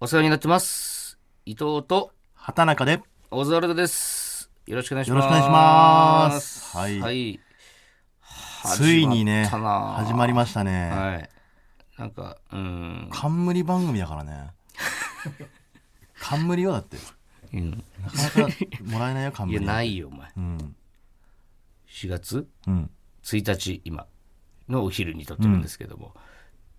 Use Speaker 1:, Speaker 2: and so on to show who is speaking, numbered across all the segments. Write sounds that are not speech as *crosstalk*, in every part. Speaker 1: お世話になってます。伊藤と
Speaker 2: 畑中で
Speaker 1: オズワルドです。よろしくお願いし
Speaker 2: よ
Speaker 1: ます。
Speaker 2: ろしくお願いします。は
Speaker 1: はい。
Speaker 2: い。つ
Speaker 1: つ
Speaker 2: いにね、
Speaker 1: 始
Speaker 2: 始
Speaker 1: ま
Speaker 2: ま
Speaker 1: り
Speaker 2: りましたね。
Speaker 1: はい。なんか、うん。
Speaker 2: 冠番組だか
Speaker 1: *laughs*
Speaker 2: らね。冠よだって。
Speaker 1: うん
Speaker 2: なかなかもらえないよ、
Speaker 1: い
Speaker 2: 冠。
Speaker 1: や、ないよ、お前。
Speaker 2: うん。
Speaker 1: 4月
Speaker 2: うん。
Speaker 1: 1日、今のお昼に撮ってるんですけども。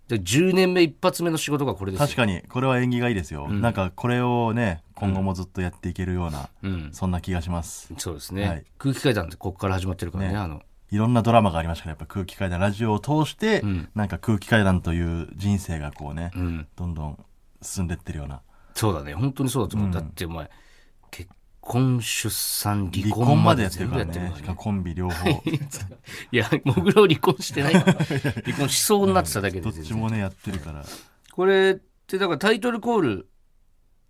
Speaker 1: で10年目一発目の仕事がこれですよ。
Speaker 2: 確かに、これは縁起がいいですよ。なんか、これをね、今後もずっとやっていけるような、
Speaker 1: うん。
Speaker 2: そんな気がします。
Speaker 1: そうですね。
Speaker 2: はい
Speaker 1: 空気階段ってここから始まってるからね、あの。
Speaker 2: いろんなドラマがありましたから、やっぱ空気階段、ラジオを通して、
Speaker 1: ん
Speaker 2: なんか空気階段という人生がこうね、
Speaker 1: うん。
Speaker 2: どんどん進んでってるような。
Speaker 1: そうだね本当にそうだと思う、だってお前結婚出産離
Speaker 2: 離
Speaker 1: 婚
Speaker 2: 婚
Speaker 1: ま
Speaker 2: ま
Speaker 1: で
Speaker 2: でやって
Speaker 1: 全
Speaker 2: る
Speaker 1: 部
Speaker 2: か
Speaker 1: や
Speaker 2: ら
Speaker 1: ってる
Speaker 2: ね。
Speaker 1: か
Speaker 2: し
Speaker 1: ら
Speaker 2: か
Speaker 1: ね
Speaker 2: もコンビ両方。
Speaker 1: いやもぐろ離婚して
Speaker 2: *laughs*
Speaker 1: ないから離婚しそうになってただけで
Speaker 2: どっ
Speaker 1: 全
Speaker 2: ち
Speaker 1: 然
Speaker 2: もね、やってるから。
Speaker 1: これってだからタイトルコール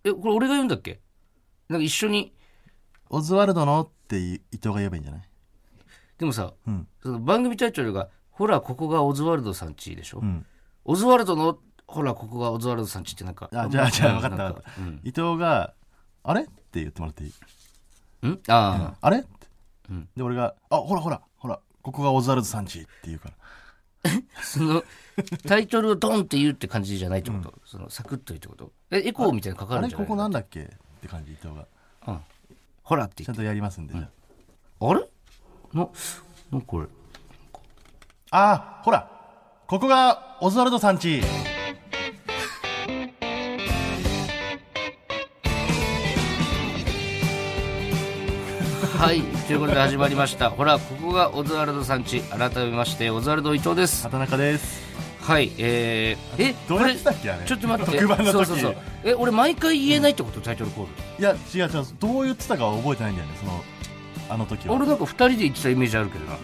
Speaker 1: えこれ俺が言うんだっけなんか一緒に
Speaker 2: オズワルドのって伊藤が言えばいいんじゃない
Speaker 1: でもさ
Speaker 2: うん。
Speaker 1: その番組タイトルが「ほらここがオズワルドさんち」でしょ、
Speaker 2: うん。
Speaker 1: オズワルドの「ほらここがオズワルドさんち」ってなんか
Speaker 2: あ、じゃあ、じゃあ、分かった
Speaker 1: なん
Speaker 2: 分かった。
Speaker 1: うん
Speaker 2: 伊藤が、あれって言ってもらっていい
Speaker 1: うんああ、
Speaker 2: あれって
Speaker 1: うん
Speaker 2: で、俺が、あ、ほらほら、ほら、ここがオズワルドさんちって言うから。
Speaker 1: そのタイトルをドンって言うって感じじゃないってこと、そのサクッと言うってことえエコーみたいなのかかる
Speaker 2: あ
Speaker 1: ん
Speaker 2: れ、
Speaker 1: じゃない
Speaker 2: ここなんだっけって感じ、伊藤が。
Speaker 1: うんほらって
Speaker 2: ち
Speaker 1: 言
Speaker 2: ゃ
Speaker 1: っ
Speaker 2: ん
Speaker 1: て
Speaker 2: とやりますんで、じゃ
Speaker 1: あれななこれ
Speaker 2: あ。あ、ほら、ここがオズワルドさんち。
Speaker 1: はいということで始まりましたほらここがオズワルドさんち改めましてオズワルド伊藤です
Speaker 2: 畑中です。
Speaker 1: はいえー、え
Speaker 2: どう
Speaker 1: こ
Speaker 2: や
Speaker 1: れ
Speaker 2: ってたっけあれ。
Speaker 1: ちょっと待って
Speaker 2: 特番の時
Speaker 1: そうそうそうえ俺毎回言えないってことタイトルコール
Speaker 2: いや、違う違う、どう言ってたかは覚えてないんだよね、その、あの時は。
Speaker 1: 俺なんか2人で言ってたイメージあるけどな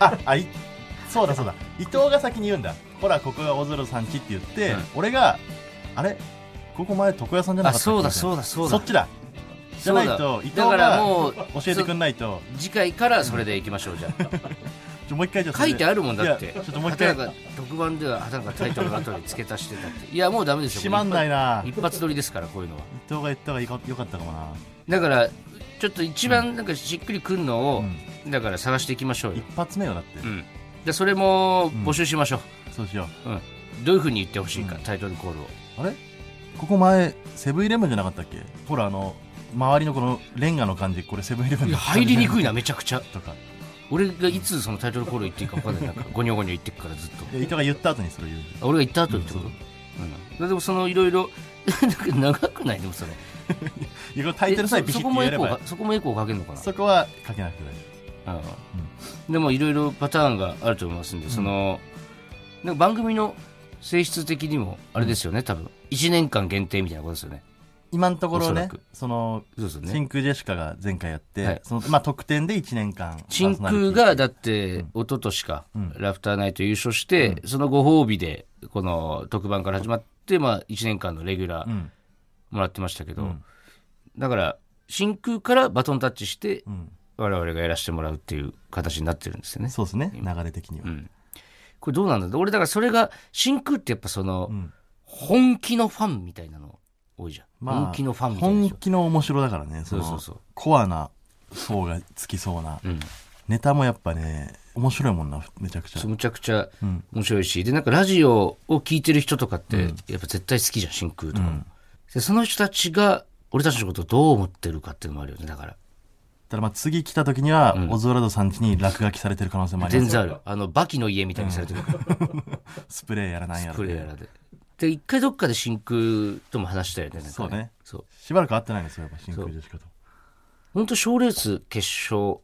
Speaker 2: あ、あい、そうだそうだ。伊藤が先に言うんだ。ほら、ここがオズワルドさんちって言って、
Speaker 1: うん
Speaker 2: 俺が、あれここ前床屋さんじゃな
Speaker 1: あ
Speaker 2: かったっけ
Speaker 1: そうだ
Speaker 2: みたいな
Speaker 1: そうだそう
Speaker 2: そ
Speaker 1: だ
Speaker 2: っちだ。じゃない
Speaker 1: そう、
Speaker 2: と伊
Speaker 1: だ
Speaker 2: 藤
Speaker 1: だから
Speaker 2: が
Speaker 1: もう
Speaker 2: 教えてく
Speaker 1: そ
Speaker 2: んないと、
Speaker 1: 次回からそれでいきましょうじ
Speaker 2: *laughs*
Speaker 1: ゃあ
Speaker 2: ちょもう一回じゃそ
Speaker 1: 書
Speaker 2: れ
Speaker 1: いてあるもんだっ
Speaker 2: い
Speaker 1: て
Speaker 2: やちょっともう一回
Speaker 1: 畑、中特番では畑中タイトルの後に付け足してたっていやもうダメですよ
Speaker 2: しまんないな。伊
Speaker 1: 一発撮りですからこういうのは
Speaker 2: 藤が言った方がよかよかったかもな。
Speaker 1: だからちょっと一番なんかしっくりくるのを、だから探していきましょうよ
Speaker 2: 一、発目よ、だって
Speaker 1: う。ん、でそれも募集しましょ
Speaker 2: そうしよ
Speaker 1: う、うんどういうふうに言ってほしいか、
Speaker 2: うん
Speaker 1: タイトルコールを
Speaker 2: う。あれここ前、セブンイレブンじゃなかったっけほら、あの、周りのこのレンガの感じ、これセブンイレブン
Speaker 1: い
Speaker 2: の
Speaker 1: や入りにくいなめちゃくちゃ
Speaker 2: とか。
Speaker 1: 俺がいつそのタイトルコールを言っていいか分かんないなんかゴニョゴニョ言ってくからずっと
Speaker 2: いや伊藤が言った後にそれ言う。
Speaker 1: あ俺が言った後にってこと、
Speaker 2: う
Speaker 1: うんんでもそのいろいろ *laughs* なんか長くないでもそれ
Speaker 2: いやこれタイトルさえビシ
Speaker 1: そ
Speaker 2: ッ
Speaker 1: ことも
Speaker 2: や
Speaker 1: エ
Speaker 2: れ
Speaker 1: コー
Speaker 2: ば
Speaker 1: か。そこもエコーかけるのかな
Speaker 2: そこは書けなくて大丈夫。
Speaker 1: うん、でもいろいろパターンがあると思いますんで、そのなんか番組の性質的にもあれですよね、多分1年間限定みたいなことですよね
Speaker 2: 今のとこ
Speaker 1: お
Speaker 2: ろ
Speaker 1: そら
Speaker 2: ね
Speaker 1: く
Speaker 2: その
Speaker 1: そうですよね
Speaker 2: 真空ジェシカが前回やって、
Speaker 1: はい
Speaker 2: そのまあ特典で1年間
Speaker 1: 真
Speaker 2: パーソナ
Speaker 1: 空
Speaker 2: リティ
Speaker 1: がだって一昨年か、
Speaker 2: ん
Speaker 1: ラフターナイト優勝して、そのご褒美でこの特番から始まって、まあ、1年間のレギュラ
Speaker 2: う
Speaker 1: ー
Speaker 2: ん
Speaker 1: もらってましたけど、
Speaker 2: うん
Speaker 1: だから真空からバトンタッチして
Speaker 2: うん
Speaker 1: 我々がやらせてもらうっていう形になってるんですよね。
Speaker 2: そうですね流れ的には、
Speaker 1: うん、これどうなんだろう俺だからそれが真空ってやっぱその、
Speaker 2: うん
Speaker 1: 本気のファンみたいなの多いじゃん、
Speaker 2: まあ
Speaker 1: 本気のファンみたいな
Speaker 2: 本
Speaker 1: 人
Speaker 2: 気の面白だからねそ
Speaker 1: そう
Speaker 2: の
Speaker 1: そうそう
Speaker 2: コアな層がつきそうな、
Speaker 1: うん
Speaker 2: ネタもやっぱね面白いもんなめちゃくちゃ
Speaker 1: そうむちゃくちゃ
Speaker 2: うん
Speaker 1: 面白いし、でなんかラジオを聞いてる人とかって、やっぱ絶対好きじゃん真空とかも、でその人たちが俺たちのことをどう思ってるかっていうのもあるよねだから
Speaker 2: ただまあ次来た時には、オズワルドさん家に落書きされてる可能性もあり
Speaker 1: 全
Speaker 2: ます
Speaker 1: 然あるあのバキの家みたいにされてる *laughs* から、
Speaker 2: スプレーやらなんやら
Speaker 1: プレイヤーでで一回どっかで真空とも話したよねなんか
Speaker 2: そうね
Speaker 1: そう
Speaker 2: しばらく会ってないんですよやっぱ真空ジェシカと
Speaker 1: 本当賞レース決勝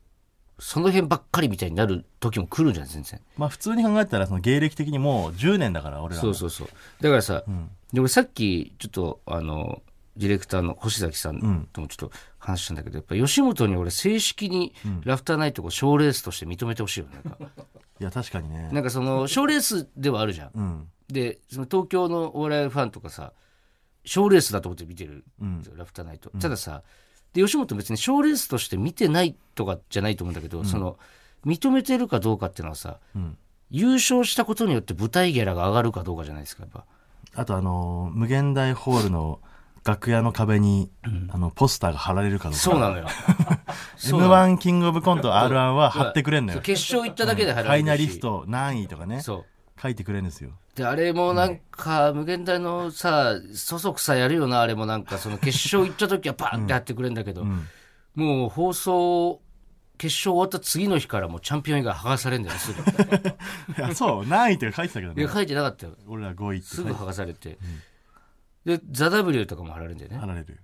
Speaker 1: その辺ばっかりみたいになる時も来るんじゃない全然
Speaker 2: まあ普通に考えたらその芸歴的にもう10年だから俺らも
Speaker 1: そうそうそうだからさ、で俺さっきちょっとあのディレクターの星崎さんともちょっと話したんだけど、やっぱ吉本に俺正式にラフターナイトを賞レースとして認めてほしいよねなん *laughs* か
Speaker 2: いや確かにね
Speaker 1: なんかその賞レースではあるじゃん、
Speaker 2: うん
Speaker 1: でその東京のお笑いファンとかさ賞レースだと思って見てる、ラフターナイト、たださで吉本別に賞レースとして見てないとかじゃないと思うんだけど、その認めてるかどうかっていうのはさ、優勝したことによって舞台ギャラが上がるかどうかじゃないですかやっぱ
Speaker 2: あとあの無限大ホールの楽屋の壁に、あのポスターが貼られるかどうか
Speaker 1: そうなの *laughs* よ
Speaker 2: m 1キングオブコント r 1は貼ってくれんの
Speaker 1: そ
Speaker 2: よ
Speaker 1: う決勝行っただけで
Speaker 2: フ
Speaker 1: 入ら
Speaker 2: ァ
Speaker 1: れるし
Speaker 2: イナリスト何位とかね
Speaker 1: そう
Speaker 2: 書いてくれるんですよ *laughs*
Speaker 1: で、あれもなんか、無限大のさ、そそくさやるよな、あれもなんか、その決勝行った時はバーンってやってくれんだけど、もう放送、決勝終わった次の日からもうチャンピオン以外剥がされんだよ、すぐ。
Speaker 2: いやそう何位って書いてたけど
Speaker 1: い
Speaker 2: ね
Speaker 1: や、書いてなかったよ。
Speaker 2: 俺ら5位って書
Speaker 1: す
Speaker 2: い
Speaker 1: ぐ
Speaker 2: て
Speaker 1: 剥がされて。で、ザ・ W とかも貼られるんだよ
Speaker 2: 貼
Speaker 1: ね。
Speaker 2: られる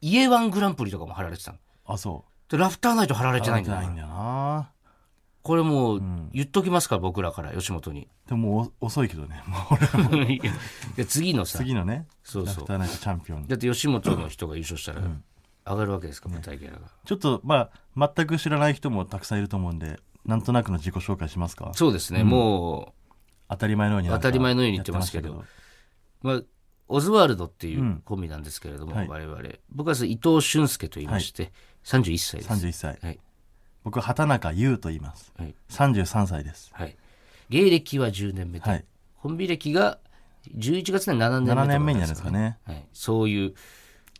Speaker 1: イエワングランプリとかも貼られてたの。
Speaker 2: あそう
Speaker 1: で、ラフターナイト貼られて
Speaker 2: 貼
Speaker 1: な
Speaker 2: ら
Speaker 1: い
Speaker 2: れ
Speaker 1: ん
Speaker 2: て
Speaker 1: だ
Speaker 2: ない
Speaker 1: よ
Speaker 2: ん。だよな
Speaker 1: これもう、言っときますから、僕らから、吉
Speaker 2: *laughs*
Speaker 1: 本に。
Speaker 2: でももうお遅いけどねもう俺ら
Speaker 1: いやいや次のさ、
Speaker 2: 次のね
Speaker 1: そう
Speaker 2: ラ
Speaker 1: そ
Speaker 2: フ
Speaker 1: う。
Speaker 2: ターナイトチャンピオン
Speaker 1: だって吉本の人が優勝したら、上がるわけですから、舞台ギャラが。
Speaker 2: ちょっとまあ全く知らない人もたくさんいると思うんでなんとなくの自己紹介しますか
Speaker 1: そうですね、も
Speaker 2: 当たり前のようになんか
Speaker 1: 当たり前のように言ってますけど
Speaker 2: やっ
Speaker 1: う、まあ、オズワルドっていうんコンビなんですけれども、
Speaker 2: はい
Speaker 1: 我々僕はその伊藤俊介と言いまして、31歳で
Speaker 2: ま
Speaker 1: す
Speaker 2: したけど31歳、
Speaker 1: はい
Speaker 2: 僕は畑中優と言います
Speaker 1: はい
Speaker 2: 33歳です
Speaker 1: はい芸歴は10年目で、
Speaker 2: はい
Speaker 1: コンビ歴が11月で7年目とか
Speaker 2: 7年目になるんですかね
Speaker 1: はい、そういう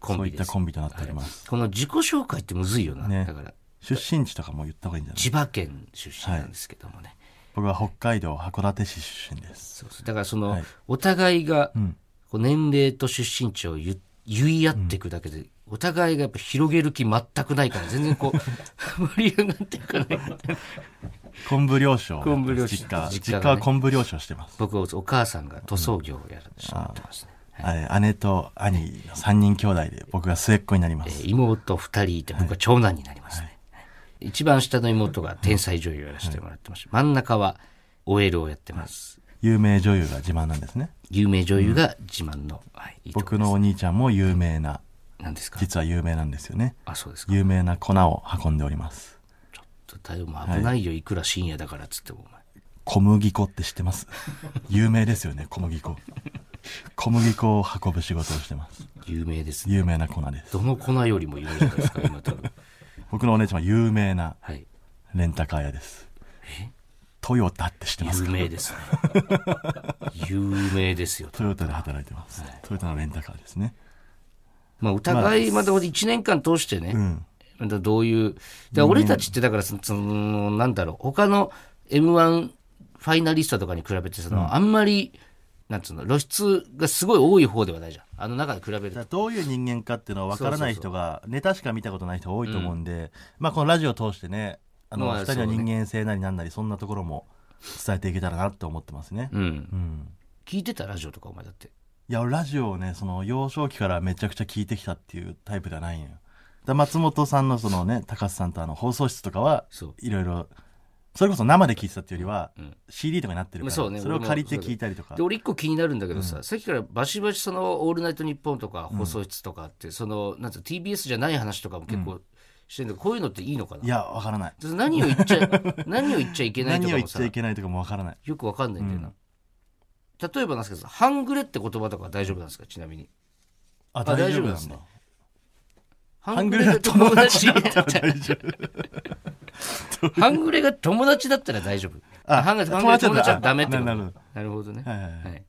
Speaker 1: コン
Speaker 2: そうい
Speaker 1: ビで
Speaker 2: った
Speaker 1: す
Speaker 2: コンビとなっております、
Speaker 1: この自己紹介ってむずいよな、
Speaker 2: ね
Speaker 1: だから
Speaker 2: 出身地とかも言った方がいいんじゃない
Speaker 1: 千葉県出身なんですけどもね、
Speaker 2: 僕は北海道函館市出身です
Speaker 1: そうそうだからその、
Speaker 2: はい
Speaker 1: お互いが
Speaker 2: ん
Speaker 1: こう年齢と出身地を言言い合っていくだけで、お互いがやっぱ広げる気全くないから全然こ *laughs* う盛り上がっていかない
Speaker 2: 昆布漁師を
Speaker 1: 昆布漁師
Speaker 2: 実家
Speaker 1: 実
Speaker 2: 実
Speaker 1: 家がね
Speaker 2: 家は昆布漁師をしてます、
Speaker 1: 僕はお母さんが塗装業をやらしてもらってますね、 *laughs*
Speaker 2: あれ姉と兄の3人兄弟で僕が末っ子になりま
Speaker 1: え
Speaker 2: す
Speaker 1: ー妹2人いて僕は長男になりますね、はい一番下の妹が天才女優をやらせてもらってまして、真ん中は OL をやってます、
Speaker 2: 有名女優が自慢なんですね
Speaker 1: 有名女優が自慢の、はい、いいとこ
Speaker 2: 僕のお兄ちゃんも有名な
Speaker 1: なんですか
Speaker 2: 実は有名なんですよね
Speaker 1: あそうですか
Speaker 2: 有名な粉を運んでおります
Speaker 1: ちょっと大丈夫もう危ないよ、いくら深夜だからっつってもお前
Speaker 2: 小麦粉って知ってます *laughs* 有名ですよね小麦粉小麦粉を運ぶ仕事をしてます
Speaker 1: 有名ですね
Speaker 2: 有名な粉です
Speaker 1: どの粉よりも有名じゃないですか今多分
Speaker 2: 僕のお姉ちゃんは有名な
Speaker 1: はい
Speaker 2: レンタカー屋ですトヨタって知ってます
Speaker 1: 有
Speaker 2: か
Speaker 1: 名ですね有名ですよ
Speaker 2: トヨタで働いてます、トヨタのレンタカーですね
Speaker 1: まあお互いまた1年間通してね、
Speaker 2: うん
Speaker 1: またどういうで俺たちってだからそのそのなんだろう他の m 1ファイナリストとかに比べてその、あんまりなんつうの露出がすごい多い方ではないじゃんあの中で比べる
Speaker 2: だか
Speaker 1: と
Speaker 2: らどういう人間かっていうのは分からない人がネタしか見たことない人多いと思うんで、まあこのラジオを通してねあの
Speaker 1: まあ
Speaker 2: 2人
Speaker 1: そ
Speaker 2: の
Speaker 1: うね
Speaker 2: 人間性なりなんなりそんなところも伝えていけたらなって思ってますね、
Speaker 1: うん、
Speaker 2: うん、
Speaker 1: 聞いてたラジオとかお前だって
Speaker 2: いや俺ラジオをねその幼少期からめちゃくちゃ聞いてきたっていうタイプではないんよだから松本さんのそのね高須さんとあの放送室とかは
Speaker 1: そう
Speaker 2: いろいろそれこそ生で聞いてたっていうよりは、
Speaker 1: ん
Speaker 2: CD とかになってるから
Speaker 1: そうね
Speaker 2: れを借りて
Speaker 1: 俺も
Speaker 2: 聞いたりとか
Speaker 1: で俺一個気になるんだけどさ、さっきからバシバシその「オールナイトニッポン」とか放送室とかあって、そのなんていうの TBS じゃない話とかも結構してるんだけど、こういうのっていいのかない
Speaker 2: や分からない
Speaker 1: で何を言っ
Speaker 2: *laughs*
Speaker 1: ちゃ何を言っちゃいけないと
Speaker 2: 何
Speaker 1: か
Speaker 2: を言
Speaker 1: も
Speaker 2: っ
Speaker 1: さ
Speaker 2: ちゃいけないとかも分からない
Speaker 1: よくわかんないんだよな、例えばなんですけど半グレって言葉とかは大丈夫なんですかちなみに
Speaker 2: あ
Speaker 1: 大
Speaker 2: 大
Speaker 1: 丈
Speaker 2: 丈
Speaker 1: 夫な
Speaker 2: 夫なんん
Speaker 1: だ
Speaker 2: だ
Speaker 1: 半
Speaker 2: グレが友達だったら大丈夫
Speaker 1: *laughs* 半グレが友達だったら大丈夫
Speaker 2: あ
Speaker 1: 半グレ
Speaker 2: 友
Speaker 1: 半グレ
Speaker 2: 達だ
Speaker 1: 友達
Speaker 2: ったら
Speaker 1: はダメってこと
Speaker 2: ななるほ
Speaker 1: なるほどね、
Speaker 2: はいはいはい
Speaker 1: はい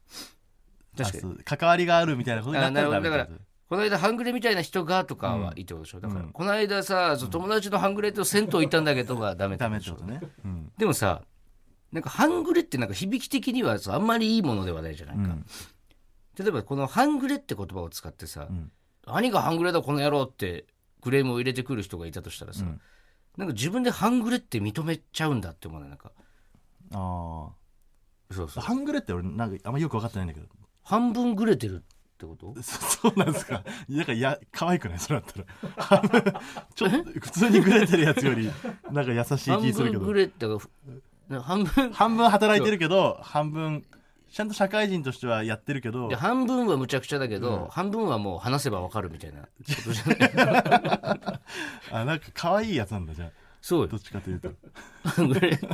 Speaker 1: 確かに
Speaker 2: あそう関わりがあるみたいなことにな
Speaker 1: あ
Speaker 2: った
Speaker 1: なる
Speaker 2: ら
Speaker 1: ほ
Speaker 2: ダ
Speaker 1: ど
Speaker 2: メ
Speaker 1: だ
Speaker 2: っ
Speaker 1: か
Speaker 2: て
Speaker 1: ら
Speaker 2: こと
Speaker 1: この間半グレみたいな人がとかはいいってことでしょ、だからこの間さその友達の半グレと銭湯行ったんだけどがダメって
Speaker 2: ダ
Speaker 1: ことで
Speaker 2: メって
Speaker 1: し
Speaker 2: こ
Speaker 1: ょ
Speaker 2: とね、うん、
Speaker 1: でもさなんか半グレってなんか響き的にはさあんまりいいものではないじゃないか、例えばこの半グレって言葉を使ってさ、
Speaker 2: ん
Speaker 1: 何が半グレだこの野郎ってクレームを入れてくる人がいたとしたらさ、
Speaker 2: うん
Speaker 1: なんか自分で半グレって認めちゃうんだって思うねなんか
Speaker 2: あ
Speaker 1: そうそう
Speaker 2: あ半グレって俺なんかあんまよく分かってないんだけど *laughs*
Speaker 1: 半分グレてるってこと
Speaker 2: そそうなんですか。なんかいや可愛くないそれだったら。 *laughs* ちょっと普通にグレてるやつよりなんか優しい
Speaker 1: 半
Speaker 2: 気するけ
Speaker 1: 分グ
Speaker 2: ど。
Speaker 1: レってだから半分
Speaker 2: 半分働いてるけど半分ちゃんと社会人としてはやってるけど
Speaker 1: で。半分はむちゃくちゃだけど、半分はもう話せばわかるみたいなことじゃない
Speaker 2: あなんか可愛いやつなんだじゃあ。
Speaker 1: そう
Speaker 2: ど
Speaker 1: よ
Speaker 2: っちかというと。
Speaker 1: *laughs* 半グレって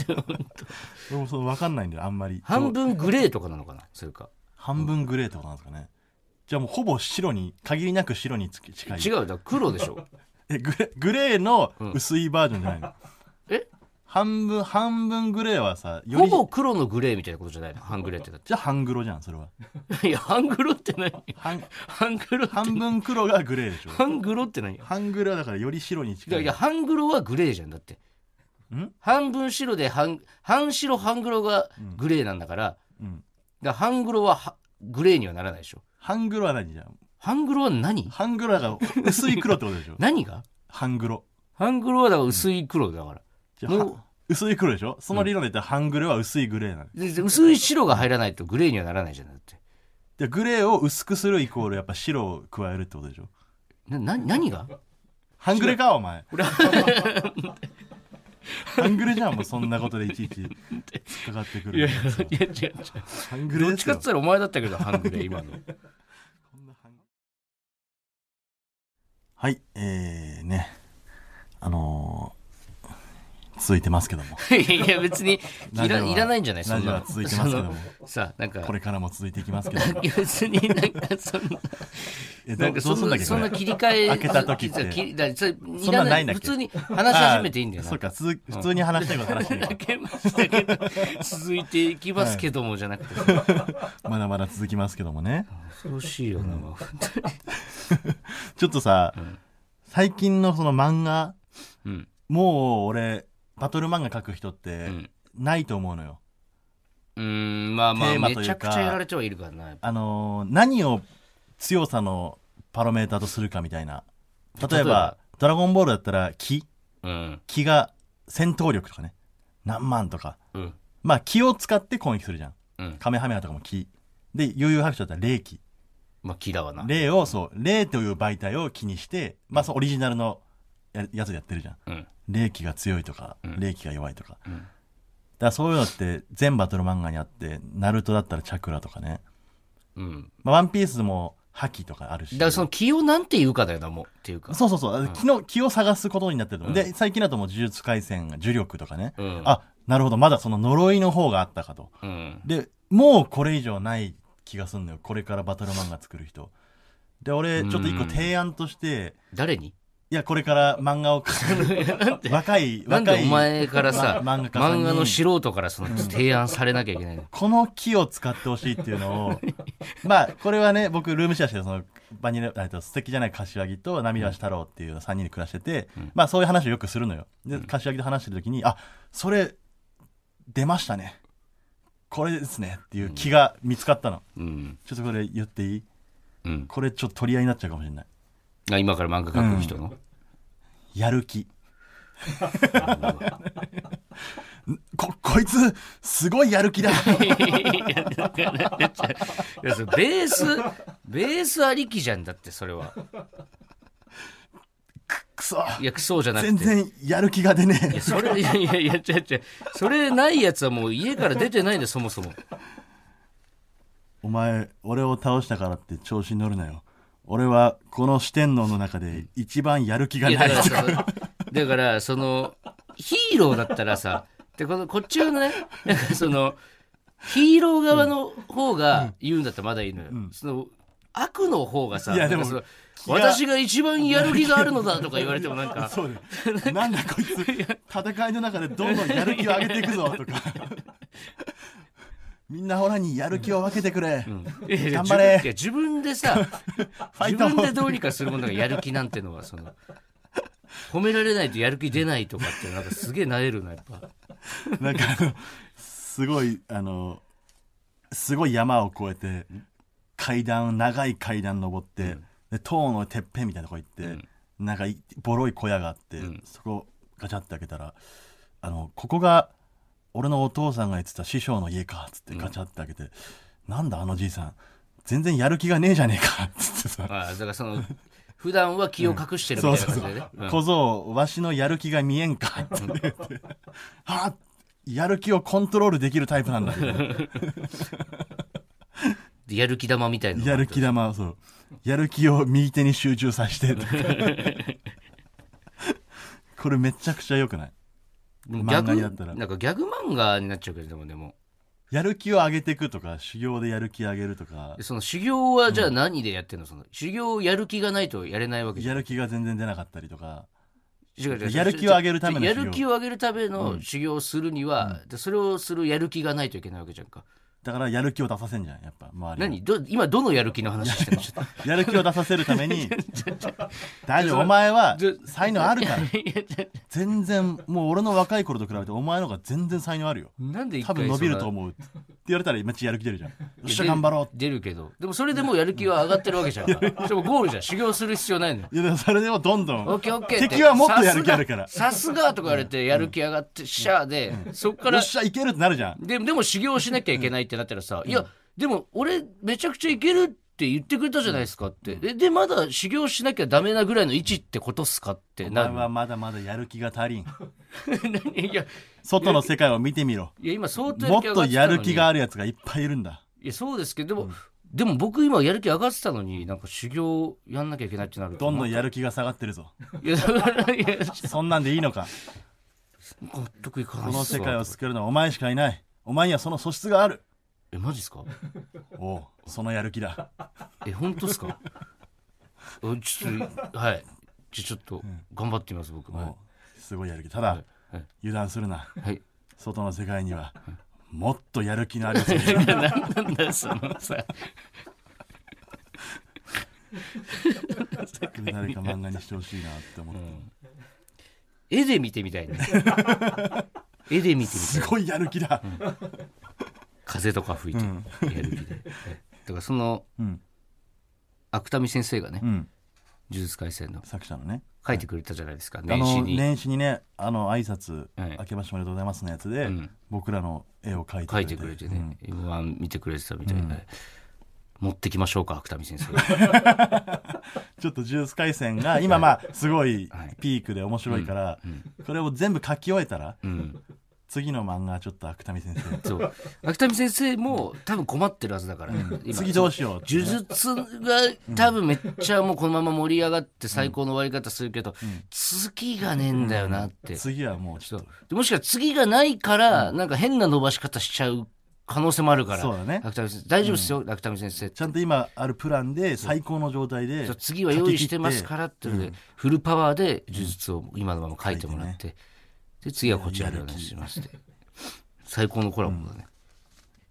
Speaker 2: 俺もそう分かんないんだよあんまり。
Speaker 1: 半分グレーとかなのかなそれか
Speaker 2: 半分グレーってことなんですかね。じゃあもうほぼ白に限りなく白につき近い。
Speaker 1: 違うだから黒でしょ
Speaker 2: えグレグレーの薄いバージョンじゃないの。
Speaker 1: *laughs* え
Speaker 2: 半分半分グレーはさよ
Speaker 1: ほ
Speaker 2: り
Speaker 1: ぼ黒のグレーみたいなことじゃないの半グレーってだっ
Speaker 2: じゃあ半グロじゃんそれは
Speaker 1: て。いや、半グロって何 *laughs*
Speaker 2: 半
Speaker 1: 半グロって
Speaker 2: 半分黒がグレーでしょ
Speaker 1: 半グロって何い
Speaker 2: 半グロはだからより白に近
Speaker 1: や
Speaker 2: い
Speaker 1: いや、半グロはグレーじゃん、だって。
Speaker 2: ん
Speaker 1: 半分白で半、半白半グロがグレーなんだから、
Speaker 2: うん、
Speaker 1: だから半グロははグレーにはならないでしょ。
Speaker 2: 半グロは何じゃん
Speaker 1: 半グロは何
Speaker 2: 半グロだから薄い黒ってこ
Speaker 1: *laughs*
Speaker 2: とでしょ
Speaker 1: 何が
Speaker 2: 半グロ
Speaker 1: 半グロはだから薄い黒だから。
Speaker 2: じゃあ
Speaker 1: もう
Speaker 2: は薄い黒でしょその理論で言ったら半グレは薄いグレーなの
Speaker 1: でで薄い白が入らないとグレーにはならないじゃん、だって。
Speaker 2: でグレーを薄くするイコールやっぱ白を加えるってことでしょ
Speaker 1: な、な、何が
Speaker 2: 半グレかお前 *laughs* 半グレじゃんもうそんなことでいちいち引っかかってくる
Speaker 1: や、違う違う。
Speaker 2: 半グ
Speaker 1: ど
Speaker 2: レ
Speaker 1: っ
Speaker 2: で
Speaker 1: ち
Speaker 2: す
Speaker 1: かっ
Speaker 2: よ
Speaker 1: つったらお前だったけど、半グレ、今の。
Speaker 2: はいえー、ねあのー、続いてますけども
Speaker 1: いや、別にい
Speaker 2: ラジ
Speaker 1: ら
Speaker 2: オはい
Speaker 1: らないんじゃないそ
Speaker 2: ラ
Speaker 1: ん
Speaker 2: ジオ
Speaker 1: な
Speaker 2: は
Speaker 1: の
Speaker 2: 続いてますけども
Speaker 1: そのさ、なんか
Speaker 2: こ、れからも続いていきますけ
Speaker 1: *laughs*
Speaker 2: ど
Speaker 1: いや *laughs* 別になんかそんな、な
Speaker 2: えど
Speaker 1: んか
Speaker 2: う
Speaker 1: そ
Speaker 2: どうすん
Speaker 1: ん
Speaker 2: だ
Speaker 1: な
Speaker 2: っけ
Speaker 1: そ
Speaker 2: こ
Speaker 1: ん
Speaker 2: れ
Speaker 1: な切り替え、
Speaker 2: 開けた時って
Speaker 1: ききだそれ
Speaker 2: そんなんないんだっけ
Speaker 1: 普通に話し始めていいんだよ
Speaker 2: あー
Speaker 1: な。
Speaker 2: そっか続き普通に話したいこと話し
Speaker 1: *laughs*
Speaker 2: ていい
Speaker 1: だけましたけど続いていきますけどもじゃなくて
Speaker 2: まだまだ続きますけどもね
Speaker 1: 恐ろしいよな、も
Speaker 2: ちょっとさ、最近のその漫画
Speaker 1: ううん
Speaker 2: もう俺バトル漫画描く人っ
Speaker 1: う
Speaker 2: て
Speaker 1: ん
Speaker 2: ないと思うのよ、
Speaker 1: うーんまあま
Speaker 2: テー
Speaker 1: あ
Speaker 2: マ
Speaker 1: め
Speaker 2: という
Speaker 1: ち
Speaker 2: か
Speaker 1: ゃくちゃやられてはいるからな
Speaker 2: あのー何を強さのパロメーターとするかみたいな例
Speaker 1: 例え
Speaker 2: えば
Speaker 1: ば
Speaker 2: ドラゴンボール」だったら気
Speaker 1: うん
Speaker 2: 気が戦闘力とかね何万とか
Speaker 1: うん
Speaker 2: まあ気を使って攻撃するじゃん
Speaker 1: うん
Speaker 2: カメハメハとかも気で悠々白書だったら霊気
Speaker 1: まあ気だわな
Speaker 2: 霊をそう霊という媒体を気にしてまあそのオリジナルのややつやってるじゃん
Speaker 1: うん
Speaker 2: 霊気が強いとか、
Speaker 1: ん
Speaker 2: 霊気が弱いとか、
Speaker 1: うん
Speaker 2: だからそういうのって全バトル漫画にあってナルトだったらチャクラとかね、
Speaker 1: うん
Speaker 2: まあ、ワンピースも覇気とかあるし
Speaker 1: だからその気をなんて言うかだよなもうっていうか
Speaker 2: そうそうそう、気の気を探すことになってると思う、
Speaker 1: うん
Speaker 2: で最近だともう呪術廻戦呪力とかね、
Speaker 1: うん
Speaker 2: あなるほどまだその呪いの方があったかと
Speaker 1: うん
Speaker 2: でもうこれ以上ない気がすんのよこれからバトル漫画作る人で俺ちょっと一個提案として、
Speaker 1: 誰に
Speaker 2: いやこれから漫画を描く若い
Speaker 1: *laughs* なんで
Speaker 2: 若
Speaker 1: お
Speaker 2: い
Speaker 1: 前からさ、
Speaker 2: ま
Speaker 1: 漫
Speaker 2: 漫画家さんに
Speaker 1: 画の素人からその提案されなきゃいけないの。
Speaker 2: この木を使ってほしいっていうのをまあこれはね僕ルームシェアしてるそのバニラえっと素敵じゃない柏木と涙し太郎っていう3人で暮らしてて、まあそういう話をよくするのよで柏木と話してる時に「あそれ出ましたねこれですね」っていう木が見つかったの、
Speaker 1: うん。
Speaker 2: ちょっとこれ言っていい
Speaker 1: うん。
Speaker 2: これちょっと取り合いになっちゃうかもしれない
Speaker 1: あ今から漫画描く人 *laughs* の、
Speaker 2: やる気 *laughs* ここいつすごいやる気だ
Speaker 1: いやそれベース、ベースありきじゃんだって、それは。
Speaker 2: くそ
Speaker 1: いや、クソじゃなくて。
Speaker 2: 全然やる気が出ね
Speaker 1: い
Speaker 2: え
Speaker 1: やそれ、いやいやいや、違う違う。それないやつはもう家から出てないんだよ、そもそも。
Speaker 2: お前俺を倒したからって調子に乗るなよ俺はこの四天王の中で一番やる気が
Speaker 1: いや
Speaker 2: な
Speaker 1: だ
Speaker 2: い
Speaker 1: からその、だからそのヒーローだったらさ、でこのこっちのね、なんかそのヒーロー側の方が言うんだったらまだいいのよ。その悪の方がさ、
Speaker 2: いやでも
Speaker 1: なんかその
Speaker 2: 気が
Speaker 1: 私が一番やる気があるのだとか言われてもなんか、
Speaker 2: *laughs* そうだよなんだこいつ戦いの中でどんどんやる気を上げていくぞとかみんなオラにやる気を分けてくれ、
Speaker 1: いやいや
Speaker 2: 頑張
Speaker 1: 自分い
Speaker 2: れ
Speaker 1: や自分でさ、
Speaker 2: *laughs* ファイ
Speaker 1: 自
Speaker 2: ト
Speaker 1: 分でどうにかするもんだからやる気なんてのはその。褒められないとやる気出ないとかってなんかすげえなえるなやっぱ
Speaker 2: *laughs* なんかあのすごいあのすごい山を越えて階段長い階段登って、で塔のてっぺんみたいなとこ行って、なんかいボロい小屋があって、そこガチャって開けたらあのここが俺のお父さんが言ってた師匠の家かっつってガチャって開けて、なんだあのじいさん全然やる気がねえじゃねえかっつってさ。
Speaker 1: ああだからその普段は気を隠してる
Speaker 2: そ
Speaker 1: み
Speaker 2: う
Speaker 1: たい
Speaker 2: そ
Speaker 1: な感
Speaker 2: うそ
Speaker 1: じでね
Speaker 2: う、
Speaker 1: うん
Speaker 2: 小僧わしのやる気が見えんかって言ってあやる気をコントロールできるタイプなんだ
Speaker 1: でやる気玉みたいなのが
Speaker 2: やる気玉をそうやる気を右手に集中させてこれめちゃくちゃ良くない
Speaker 1: でも
Speaker 2: 漫画になったら
Speaker 1: なんかギャグ漫画になっちゃうけどでもでも
Speaker 2: やる気を上げていくとか修行でやる気上げるとか
Speaker 1: その修行はじゃあ何でやってんの,、その修行やる気がないとやれないわけじゃ
Speaker 2: や
Speaker 1: ん
Speaker 2: る気が全然出なかったりとか
Speaker 1: 違う違う
Speaker 2: やる気を上げるための
Speaker 1: や
Speaker 2: 修行
Speaker 1: る気を上げるための修行をするには、でそれをするやる気がないといけないわけじゃんか。
Speaker 2: だからやる気を出させんじゃんやっぱ周りに
Speaker 1: 何ど今どのやる気の話してる *laughs* のちょっ
Speaker 2: やる気を出させるため
Speaker 1: *laughs*
Speaker 2: に *laughs* 大丈夫お前は
Speaker 1: ちょ
Speaker 2: 才能あるから
Speaker 1: といやちょ
Speaker 2: 全然もう俺の若い頃と比べてお前の方が全然才能あるよ
Speaker 1: なんで一
Speaker 2: 多
Speaker 1: 回
Speaker 2: 分伸びる
Speaker 1: そ
Speaker 2: と
Speaker 1: の
Speaker 2: 思うって言われたらめっちゃやる気出るじゃんよっしゃ頑張ろうって
Speaker 1: 出るけどでもそれでもうやる気は上がってるわけじゃんかでもゴールじゃん修行する必要ないのよ
Speaker 2: いやでもそれでもどんど
Speaker 1: オッ
Speaker 2: ん
Speaker 1: ケーオッケーって
Speaker 2: 敵はもっとやる気あるから
Speaker 1: さすがさすがとか言われてやる気上がってシャーで、そっか
Speaker 2: よ
Speaker 1: ら
Speaker 2: っしゃいけるってなるじゃん
Speaker 1: ででも修行しなきゃいけないってなったらさ、いやでも俺めちゃくちゃいけるって言ってくれたじゃないですかって、ででまだ修行しなきゃダメなぐらいの位置ってことっすかって
Speaker 2: お
Speaker 1: な
Speaker 2: 前
Speaker 1: る
Speaker 2: はまだまだやる気が足りん
Speaker 1: 何 *laughs* いや
Speaker 2: 外の世界を見て
Speaker 1: *laughs*
Speaker 2: みろ
Speaker 1: いや今相当
Speaker 2: もっとやる気が
Speaker 1: あ
Speaker 2: あるやつがいっぱいいるんだ
Speaker 1: いやそうですけどでも、でも僕今やる気上がってたのになんか修行やんなきゃ *laughs* いけないってなると
Speaker 2: どんどんやる気が下がってる
Speaker 1: *laughs*
Speaker 2: ぞ
Speaker 1: いやだからいや
Speaker 2: そんなんでいいのか
Speaker 1: 納得いかな
Speaker 2: こ
Speaker 1: いっ
Speaker 2: の
Speaker 1: すわ
Speaker 2: 世界を救えるのはお前しかいないお前にはその素質がある
Speaker 1: えマジっすか
Speaker 2: おうそのやる気だ
Speaker 1: え本当っす
Speaker 2: *laughs*
Speaker 1: かおちょっとはいじゃあちょっと頑張ってみます僕
Speaker 2: おう
Speaker 1: も
Speaker 2: すごいやる気ただ
Speaker 1: はい
Speaker 2: 油断するな
Speaker 1: はい
Speaker 2: 外の世界にはもっとやる気の
Speaker 1: *laughs*
Speaker 2: あるやつがいる
Speaker 1: いや何なんだよそのさ
Speaker 2: 誰か漫画にしてほしいなって思って、
Speaker 1: 絵で見てみたいね絵で見てみた
Speaker 2: す
Speaker 1: い
Speaker 2: ごいやる気だ、
Speaker 1: 風とか吹いてやる気で、はいだからその
Speaker 2: うん
Speaker 1: 芥見先生がね
Speaker 2: うん、
Speaker 1: 「呪術廻戦」の
Speaker 2: 作者のね
Speaker 1: 書いてくれたじゃないですか
Speaker 2: あ
Speaker 1: 年始
Speaker 2: の
Speaker 1: に
Speaker 2: 年始にねあの挨拶、
Speaker 1: はい
Speaker 2: 明けましておめでとうございます」のやつで、
Speaker 1: うん
Speaker 2: 僕らの絵を描いて
Speaker 1: 書いてくれてね「m 1見てくれてたみたいで、持ってきましょうか芥見先生
Speaker 2: ちょっと「ジュース回線」
Speaker 1: *laughs*
Speaker 2: が今まあすごい
Speaker 1: はい
Speaker 2: ピークで面白いから、これを全部書き終えたら
Speaker 1: うん
Speaker 2: 次の漫画ちょっと芥見先生
Speaker 1: そう芥見先生も多分困ってるはずだから、 *laughs* 今
Speaker 2: 次どうしようって
Speaker 1: 呪術が多分めっちゃもうこのまま盛り上がって最高の終わり方するけど、次がねえんだよなって、
Speaker 2: 次はもうち
Speaker 1: そ
Speaker 2: ょっ
Speaker 1: う
Speaker 2: と
Speaker 1: でもしかしたら次がないから、なんか変な伸ばし方しちゃう可能性もあるから
Speaker 2: そうだね
Speaker 1: 芥見先生大丈夫ですよ、芥見先生
Speaker 2: ちゃんと今あるプランで最高の状態で
Speaker 1: そう次は用意してます
Speaker 2: ら
Speaker 1: からっていうので、フルパワーで呪術を今のまま書いてもらって、で次はこちらでお願いしますって最高のコラボだね、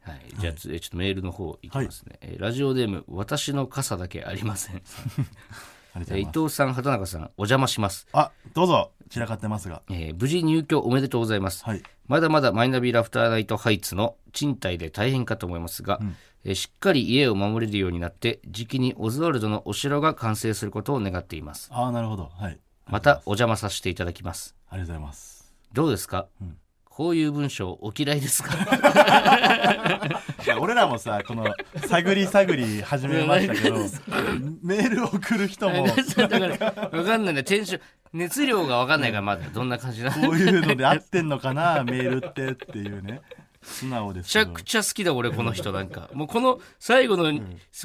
Speaker 1: はい、じゃあ、つちょっとメールの方いきますね、えーラジオネーム「私の傘だけありません」
Speaker 2: ありがとうござ
Speaker 1: えー伊
Speaker 2: います
Speaker 1: 藤さん畑中さんお邪魔します、
Speaker 2: あどうぞ散らかってますが
Speaker 1: えー無事入居おめでとうございます、
Speaker 2: はい
Speaker 1: まだまだマイナビラフターナイトハイツの賃貸で大変かと思いますが、えーしっかり家を守れるようになって時期にオズワルドのお城が完成することを願っています
Speaker 2: ああなるほどはい
Speaker 1: またお邪魔させていただきます
Speaker 2: ありがとうございます
Speaker 1: どうですか、こういう文章お嫌いですか
Speaker 2: *laughs*
Speaker 1: *laughs*
Speaker 2: いや俺らもさこの探り探り始めましたけどメールを送る人も
Speaker 1: だから分かんないねテンション熱量が分かんないからまだどんな感じなの
Speaker 2: こういうので合ってんのかなメールってっていうね素直で
Speaker 1: め
Speaker 2: す
Speaker 1: ち
Speaker 2: け
Speaker 1: ゃ
Speaker 2: ど
Speaker 1: くちゃ好きだ俺この人なんかもうこの最後の、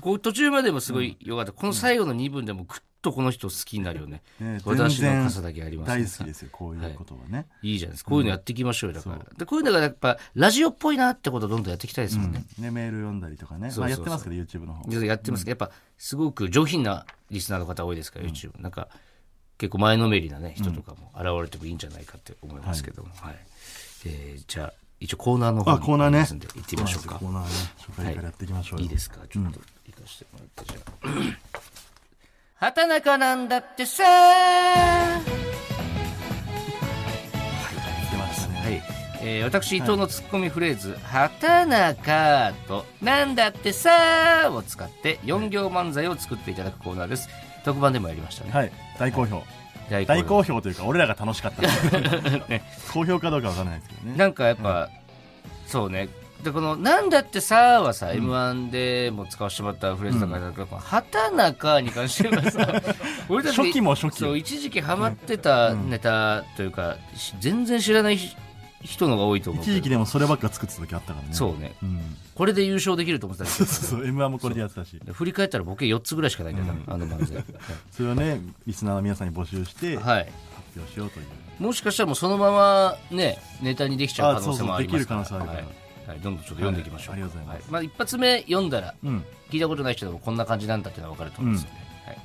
Speaker 1: こう途中までもすごいよかった、この最後の2分でもぐっとこの人好きになるよね、
Speaker 2: ね
Speaker 1: 私
Speaker 2: 全
Speaker 1: の
Speaker 2: 然
Speaker 1: 傘だけあります
Speaker 2: 大
Speaker 1: ね
Speaker 2: 好きですよこういうことはね、
Speaker 1: いいじゃないですかこういうのやっていきましょうよだから、でこういうのがやっぱラジオっぽいなってことをどんどんやっていきたいですもんね、
Speaker 2: ねメール読んだりとかね
Speaker 1: うそうそう
Speaker 2: まあ、やってますけど YouTube の方
Speaker 1: でやってますけどやっぱすごく上品なリスナーの方多いですから YouTube、なんか結構前のめりなね人とかも現れてもいいんじゃないかって思いますけども、はいえーじゃあ一応コーナーの方
Speaker 2: あコーナーね
Speaker 1: 行きますんで行ってみましょうか
Speaker 2: コーナーね初回からやっていきましょうよ、
Speaker 1: いいですかちょっと行かしてもらってじゃあ *coughs* 畑中なんだってさは
Speaker 2: やってましたね、
Speaker 1: い、えー私伊藤のツッコミフレーズ「畑中」と「なんだってさ」を使って4行漫才を作っていただくコーナーです特番でもやりましたね
Speaker 2: はい、大好評、
Speaker 1: 大
Speaker 2: 大好評というか俺らが楽しかった *laughs*
Speaker 1: *laughs*
Speaker 2: 好評かどうかわからないですけどね
Speaker 1: なんかやっぱ、そうねでこの「なんだってさ」はさ、m 1でも使わせてもらったフレーズだから、なんかこの畑中に関してはさ
Speaker 2: *laughs*
Speaker 1: 俺たち
Speaker 2: 初期も初期
Speaker 1: そう一時期ハマってたネタというか、し全然知らないひ人のが多いと思うけ
Speaker 2: 一
Speaker 1: ど
Speaker 2: 時期でもそればっか作ってた時あったからね
Speaker 1: そうね
Speaker 2: うん
Speaker 1: これで優勝できると思ってたん
Speaker 2: そう
Speaker 1: で
Speaker 2: そうそう m 1もこれでやってたし
Speaker 1: 振り返ったらボケ4つぐらいしかないんだよな、あの漫
Speaker 2: *laughs*
Speaker 1: 才
Speaker 2: それをねリスナーの皆さんに募集して発
Speaker 1: はい
Speaker 2: 表しようという
Speaker 1: もしかしたらもうそのままねネタにできちゃう可能性もあります
Speaker 2: あそうそうできる可能性あるか
Speaker 1: はいはい、どんどんちょっと読んでいきましょう、
Speaker 2: はいありがとうございます
Speaker 1: はまあ、一発目読んだら
Speaker 2: うん
Speaker 1: 聞いたことない人でもこんな感じなんだっていうのは分かると思うんですよね、はい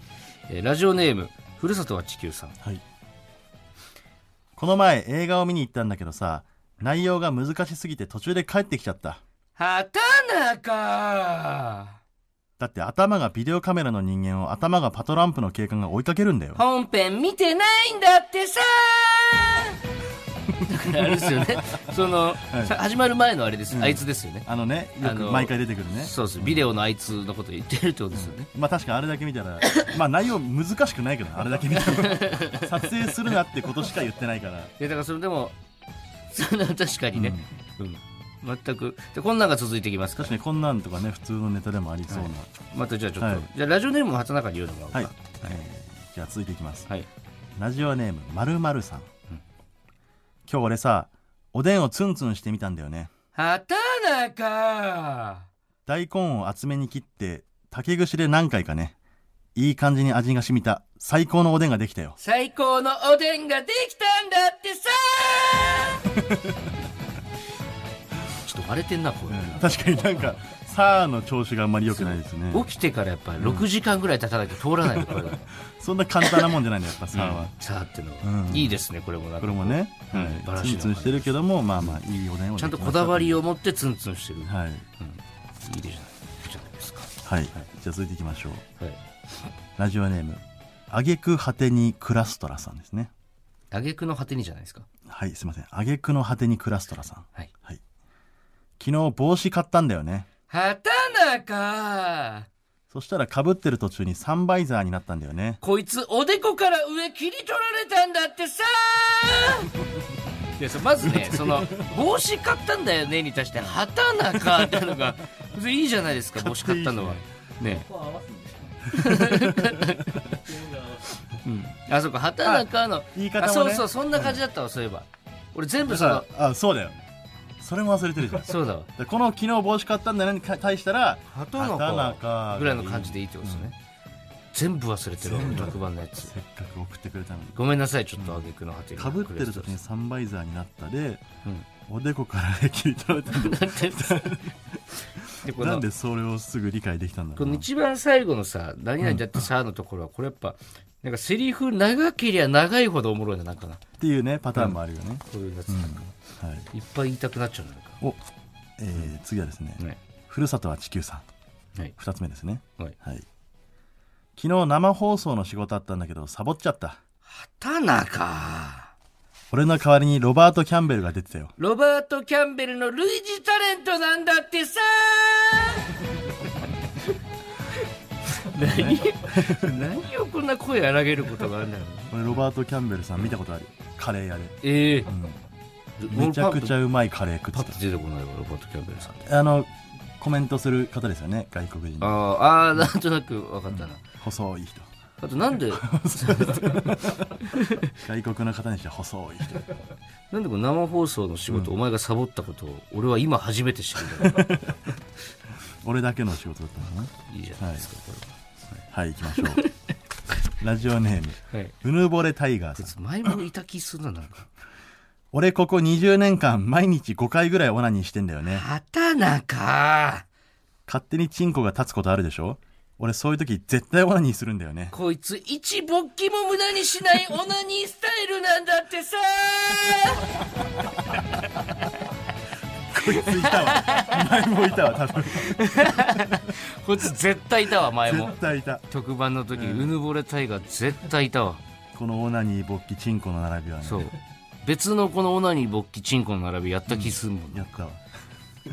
Speaker 1: えーラジオネームふるさとは地球さん
Speaker 2: はいこの前映画を見に行ったんだけどさ内容が難しすぎて途中で帰ってきちゃった
Speaker 1: 畑中
Speaker 2: だって頭がビデオカメラの人間を頭がパトランプの警官が追いかけるんだよ
Speaker 1: 本編見てないんだって
Speaker 2: *laughs*
Speaker 1: さだからあれですよねその、
Speaker 2: い
Speaker 1: さ始まる前のあれです、
Speaker 2: うん
Speaker 1: あいつですよね
Speaker 2: あのねよ
Speaker 1: あ
Speaker 2: く
Speaker 1: の
Speaker 2: 毎回出てくるね
Speaker 1: そうですビデオのあいつのこと言ってるってことですよね、
Speaker 2: まあ確かあれだけ見たらまあ内容難しくないけどなあれだけ見た
Speaker 1: *laughs*
Speaker 2: ら撮影するなってことしか言ってないから
Speaker 1: いやだからそれでも *laughs* そんな確かにね、うん全くでこんなんが続いてきますから
Speaker 2: 確かにこんなんとかね普通のネタでもありそうな、
Speaker 1: はいまたじゃあちょっと、
Speaker 2: はい
Speaker 1: じゃあラジオネームを畑中に言うのもらおうか
Speaker 2: はい、えーじゃあ続いていきます、
Speaker 1: はい
Speaker 2: ラジオネームまるまるさん、今日俺さおでんをツンツンしてみたんだよね
Speaker 1: 畑中
Speaker 2: 大根を厚めに切って竹串で何回かねいい感じに味が染みた最高のおでんができたよ
Speaker 1: 最高のおでんができたんだってさ
Speaker 2: *laughs*
Speaker 1: ちょっと割れてんな声、
Speaker 2: 確かになんかさあの調子があんまり良くないですね
Speaker 1: 起きてからやっぱり6時間ぐらい経たなきゃ通ら
Speaker 2: *laughs*
Speaker 1: ないのこれが
Speaker 2: そんな簡単なもんじゃないんだやっぱさあは、
Speaker 1: さあってのは、
Speaker 2: うん
Speaker 1: いいですねこれもなん
Speaker 2: こ
Speaker 1: か
Speaker 2: れもね、
Speaker 1: うんバ
Speaker 2: は
Speaker 1: ラ
Speaker 2: い、
Speaker 1: シ
Speaker 2: ツ
Speaker 1: の
Speaker 2: ンツンしてるけどもまあまあいいおでんを
Speaker 1: ちゃんとこだわり
Speaker 2: を
Speaker 1: を持ってツンツンしてる、
Speaker 2: はい、
Speaker 1: いいじゃないじゃないですか
Speaker 2: はい、じゃあ続いていきましょう
Speaker 1: はい
Speaker 2: ラジオネームあげく果てにクラストラさんですね
Speaker 1: 挙句の果てにじゃないですか
Speaker 2: はいすいませんあげくの果てにクラストラさん
Speaker 1: はい
Speaker 2: はい昨日帽子買ったんだよね
Speaker 1: 畑中
Speaker 2: そしたらかぶってる途中にサンバイザーになったんだよね
Speaker 1: こいつおでこから上切り取られたんだってさいやそうまずねその帽子買ったんだよねに対して畑中ってのが別にいいじゃないですか帽子買ったのはねあそうか畑中の
Speaker 2: 言い方も
Speaker 1: あ
Speaker 2: ね
Speaker 1: そうそうそんな感じだったわそういえば俺全部
Speaker 2: だ
Speaker 1: そ
Speaker 2: か
Speaker 1: の
Speaker 2: らあそうだよそれも忘れてるじゃん
Speaker 1: そうだわ
Speaker 2: でこの昨日帽子買ったんだよねに対したら
Speaker 1: 畑中ぐらいの感じでいいってことですね、全部忘れてる俺特番のやつ
Speaker 2: せっかく送ってくれたのに
Speaker 1: ごめんなさいちょっと挙句の果てに
Speaker 2: かぶってる時にサンバイザーになったで、
Speaker 1: うん
Speaker 2: おでこから *laughs* 切り取られたんだよ
Speaker 1: *laughs* でこの
Speaker 2: なんでそれをすぐ理解できたんだ
Speaker 1: こ
Speaker 2: ろう
Speaker 1: の
Speaker 2: な
Speaker 1: 一番最後のさ「何々だってさ」のところはこれやっぱなんかセリフ長けりゃ長いほどおもろいななんかなこ
Speaker 2: っていうねパターンもあるよね、
Speaker 1: ういうやつなんか、
Speaker 2: はい
Speaker 1: いっぱい言いたくなっちゃうのなんか
Speaker 2: お、えー次はですね、
Speaker 1: ね
Speaker 2: ふるさとは地球さん
Speaker 1: はい
Speaker 2: 2つ目ですね
Speaker 1: はい
Speaker 2: はい昨日生放送の仕事あったんだけどサボっちゃった
Speaker 1: 畑中
Speaker 2: 俺の代わりにロバート・キャンベルが出てたよ
Speaker 1: ロバート・キャンベルの類似タレントなんだってさ *laughs* 何何をこんな声荒げることがあるんだろうね
Speaker 2: 俺ロバート・キャンベルさん見たことあるカレー屋で
Speaker 1: ええ
Speaker 2: めちゃくち
Speaker 1: ゃ
Speaker 2: ゃうまいカレー食
Speaker 1: パ
Speaker 2: っ
Speaker 1: ッ
Speaker 2: て
Speaker 1: と出てこないわロバート・キャンベルさんって
Speaker 2: たあのコメントする方ですよね外国人
Speaker 1: あ
Speaker 2: の
Speaker 1: ーあーなんとなく分かったな、
Speaker 2: 細い人
Speaker 1: あとなん *laughs* で
Speaker 2: 外国の方にしては細い人
Speaker 1: なんでこの生放送の仕事、お前がサボったことを俺は今初めて知るんだから
Speaker 2: 俺だけの仕事だったのか
Speaker 1: いいじゃないですか、こ
Speaker 2: なはい行きましょ
Speaker 1: *laughs*
Speaker 2: うラジオネーム
Speaker 1: れは。はい。
Speaker 2: うぬぼれタイガーさん
Speaker 1: 前もいた気するな、なんか。
Speaker 2: 俺ここ20年間毎日5回ぐらいオナニーしてんだよね
Speaker 1: 畑中
Speaker 2: 勝手にチンコが立つことあるでしょ俺そういう時絶対オナニーするんだよ *laughs* ね
Speaker 1: こいつ一勃起も無駄にしないオナニースタイルなんだって *laughs* さ
Speaker 2: こいついたわ前もいたわ多分
Speaker 1: こいつ絶対いたわ、前も
Speaker 2: 絶。対いた
Speaker 1: 特番の時、うぬぼれタイガー絶対いたわ。
Speaker 2: このオナニー勃起チンコの並びはね
Speaker 1: そう。別のこのオナニー勃起チンコの並びやった気するもん
Speaker 2: や
Speaker 1: な。
Speaker 2: ったわ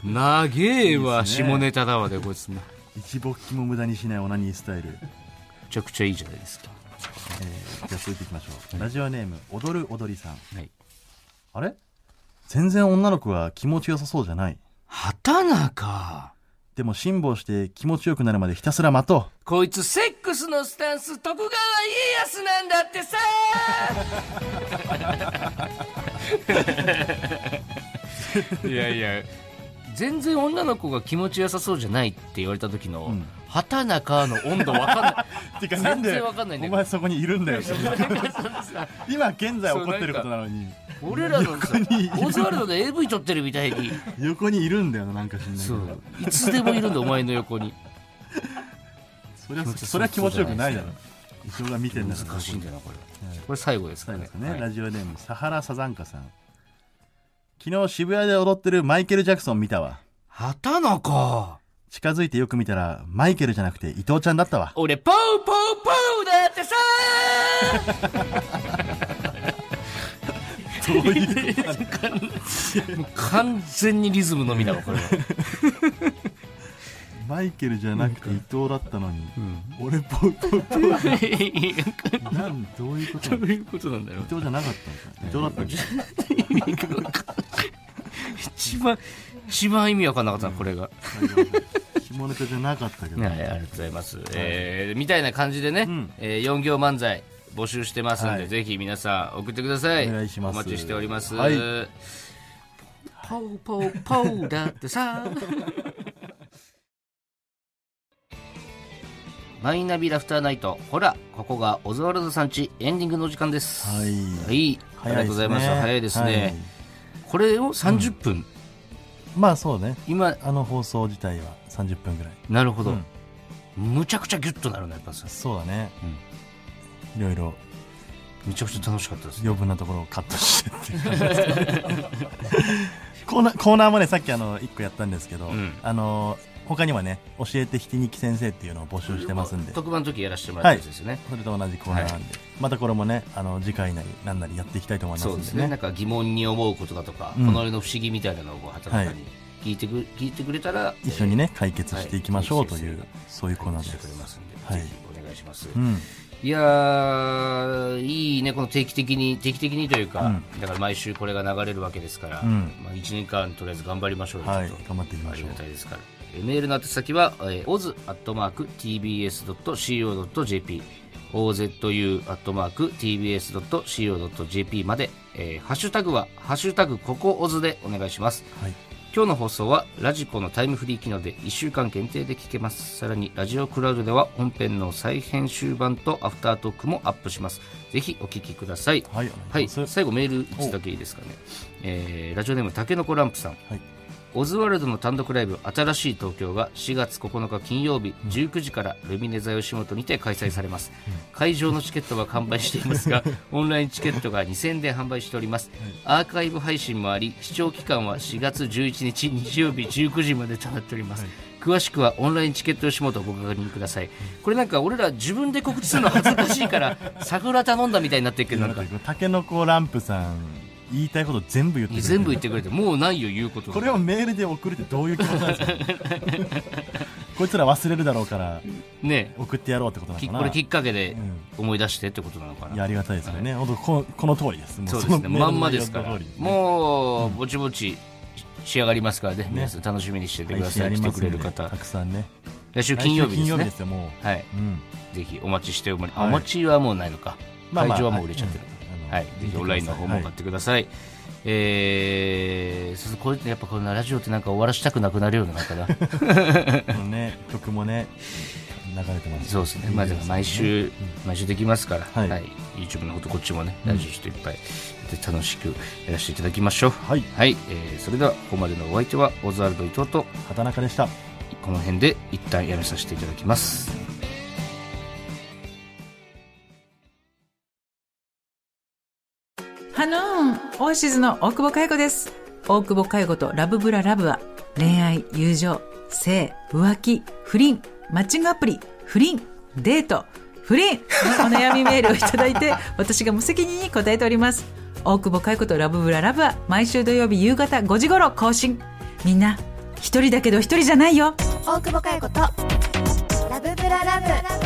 Speaker 1: 長え
Speaker 2: いい
Speaker 1: わ、
Speaker 2: ですね
Speaker 1: 下ネタだわで、こいつも。め
Speaker 2: 一勃起も無駄にしないオナニースタイル、
Speaker 1: ちゃくちゃいいじゃないですか。
Speaker 2: えー、じゃあ続いていきましょうラジオネーム踊る踊りさん
Speaker 1: はい。
Speaker 2: あれ全然女の子が気持ちよさそうじゃない
Speaker 1: 畑中
Speaker 2: でも辛抱して気持ちよくなるまでひたすら待と
Speaker 1: こいつセックスのスタンス徳川家康なんだってさ *laughs* いやいや全然女の子が気持ちよさそうじゃないって言われた時の、
Speaker 2: ん
Speaker 1: 畑中の温度わかんない *laughs*
Speaker 2: う *laughs* てかなん
Speaker 1: 全
Speaker 2: で
Speaker 1: 然わかんないんだけ
Speaker 2: お
Speaker 1: ど
Speaker 2: 前そこにいるんだよ今現在起こってることなのに
Speaker 1: 俺らのさオズワルドで AV 撮ってるみたいに
Speaker 2: 横にいるんだよななんか知んないけ
Speaker 1: そ
Speaker 2: ど
Speaker 1: うい *laughs* つでもいるんだお前の横に
Speaker 2: それはそれは気持ちよくないだろ一応が見てるんだから
Speaker 1: 難しいんだよなこれ、
Speaker 2: はい
Speaker 1: これ最後ですか
Speaker 2: 最後
Speaker 1: ね
Speaker 2: ですかね、
Speaker 1: はい
Speaker 2: ラジオネームサハラサザンカさん昨日渋谷で踊ってるマイケル・ジャクソン見たわ
Speaker 1: 畑中
Speaker 2: 近づいてよく見たらマイケルじゃなくて伊藤ちゃんだったわ
Speaker 1: 俺ポーポーポーだってさ
Speaker 2: そういうことなんだ
Speaker 1: 完全にリズムのみだわこれ *laughs* は、
Speaker 2: マイケルじゃなくて伊藤だったのに、俺ポッポッ
Speaker 1: *laughs*
Speaker 2: ポッなんどういうこと
Speaker 1: ど
Speaker 2: なんだ
Speaker 1: ういうことなんだろう
Speaker 2: 伊藤じゃなかったのか伊藤だったのか
Speaker 1: 一番一番意味わかんなかったなこれが、
Speaker 2: 下ネタじゃなかった
Speaker 1: *laughs*
Speaker 2: けど、
Speaker 1: はい、ありがとうございます、えーみたいな感じでね、
Speaker 2: ん
Speaker 1: えー、4行漫才募集してますんで、
Speaker 2: はい
Speaker 1: ぜひ皆さん送ってください
Speaker 2: お願いします
Speaker 1: お待ちしております、
Speaker 2: はい
Speaker 1: ポーポーポーだって
Speaker 2: *laughs*
Speaker 1: さマイナビラフターナイトほらここが小沢ラザさんちエンディングのお時間です
Speaker 2: はい
Speaker 1: ありがとうございます早いですね、
Speaker 2: はい
Speaker 1: これを30分、
Speaker 2: まあそうね
Speaker 1: 今
Speaker 2: あの放送自体は30分ぐらい
Speaker 1: なるほど、
Speaker 2: うん
Speaker 1: むちゃくちゃギュッとなるねやっぱさ
Speaker 2: そうだね、いろいろ
Speaker 1: めちゃくちゃ楽しかったです
Speaker 2: 余分なところをカットしてっていう感じですねコーナーコーナーもねさっきあの1個やったんですけど、
Speaker 1: ん
Speaker 2: あの他にはね教えてひきにき先生っていうのを募集してますんで
Speaker 1: 特番の時やらせてもらったやつですよね、
Speaker 2: それと同じコーナーなんで、またこれもねあの次回なり何なりやっていきたいと思います
Speaker 1: そ
Speaker 2: ん
Speaker 1: う
Speaker 2: で
Speaker 1: で
Speaker 2: ね
Speaker 1: すねなんか疑問に思うことだとか、
Speaker 2: うん
Speaker 1: この世の不思議みたいなのを畑中
Speaker 2: はい
Speaker 1: に聞いてく,、聞いてくれたら
Speaker 2: 一緒にね解決していきましょうという、
Speaker 1: はい
Speaker 2: そういうコーナー
Speaker 1: して
Speaker 2: で
Speaker 1: くれますすんで、
Speaker 2: はい
Speaker 1: ぜひお願いします、
Speaker 2: うん
Speaker 1: いやーいいねこの定期的に定期的にというか、
Speaker 2: う
Speaker 1: だから毎週これが流れるわけですから、
Speaker 2: うん
Speaker 1: まあ、1年間とりあえず頑張りましょうよ
Speaker 2: はい
Speaker 1: ちょっと
Speaker 2: 頑張っていき
Speaker 1: あ
Speaker 2: まし
Speaker 1: り
Speaker 2: ょ
Speaker 1: が
Speaker 2: う
Speaker 1: たいですから。えーメールの宛先は、えー、oz.tbs.co.jp、ozu.tbs.co.jp まで、えーハッシュタグは、ハッシュタグここオズでお願いします。
Speaker 2: はい
Speaker 1: 今日の放送はラジコのタイムフリー機能で1週間限定で聞けますさらにラジオクラウドでは本編の再編集版とアフタートークもアップしますぜひお聞きください
Speaker 2: はいお願いします
Speaker 1: 最後メール1つだけいいですかね、えーラジオネームたけのこランプさん、
Speaker 2: はい
Speaker 1: オズワルドの単独ライブ「新しい東京」が4月9日金曜日19時からルミネ座吉本にて開催されます、会場のチケットは完売してい *laughs* ますがオンラインチケットが2000円で販売しております、アーカイブ配信もあり視聴期間は4月11日日曜日19時までとなっております、詳しくはオンラインチケット吉本をご確認ください。これなんか俺ら自分で告知するの恥ずかしいから、桜頼んだみたいになってるけど、なんか
Speaker 2: たけのこランプさん言いたいこと全部言ってくれてる
Speaker 1: 全部言ってくれてもうないよ言うこと
Speaker 2: これをメールで送るってどういう気持ちなんですか *laughs* こいつら忘れるだろうから
Speaker 1: ね
Speaker 2: 送ってやろうってことなの
Speaker 1: き
Speaker 2: かな
Speaker 1: これきっかけで
Speaker 2: うん
Speaker 1: 思い出してってことなのか
Speaker 2: いや
Speaker 1: な
Speaker 2: ありがたいですよね、本当このこの通りですも
Speaker 1: そうです
Speaker 2: そ
Speaker 1: ね
Speaker 2: の
Speaker 1: まんまですか
Speaker 2: メー
Speaker 1: ら
Speaker 2: ルの内容の通り
Speaker 1: もうぼちぼち仕上がりますからね皆さん楽しみにしててくだ
Speaker 2: 配信
Speaker 1: さい
Speaker 2: やり
Speaker 1: 来て
Speaker 2: ます
Speaker 1: く
Speaker 2: んで
Speaker 1: れる方
Speaker 2: たくさんね
Speaker 1: 来週金曜日
Speaker 2: 来
Speaker 1: で
Speaker 2: 週
Speaker 1: す
Speaker 2: 金曜日で
Speaker 1: ね
Speaker 2: すよも、
Speaker 1: はいう
Speaker 2: うん
Speaker 1: ぜひお待ちしており
Speaker 2: はい
Speaker 1: お待ちはもうないのか
Speaker 2: まあ
Speaker 1: 会
Speaker 2: まあ
Speaker 1: 場はもう売れちゃってる
Speaker 2: うん
Speaker 1: はい
Speaker 2: あの
Speaker 1: ぜひオンラインの方も買ってくださいえーそうそうこれってやっぱこのラジオってなんか終わらしたくなくなるようななんかな
Speaker 2: このね曲もね流れてます
Speaker 1: そうですね、まあ、だから毎週、毎週できますから、は
Speaker 2: はいい
Speaker 1: YouTube の方とこっちもね、ラジオちょっといっぱいで楽しくやらせていただきましょう。
Speaker 2: はい
Speaker 1: はい、えーそれではここまでのお相手はオズワルド伊藤と
Speaker 2: 畑中でした
Speaker 1: この辺で一旦やめさせていただきます。
Speaker 3: ハノーンオアシズの大久保佳代子です大久保佳代子とラブブララブは恋愛友情性浮気不倫マッチングアプリ不倫デート不倫のお悩みメールをいただいて私が無責任に答えております大久保佳代子とラブブララブは毎週土曜日夕方5時頃更新みんな一人だけど一人じゃないよ
Speaker 4: 大久保佳代子とラブブララブ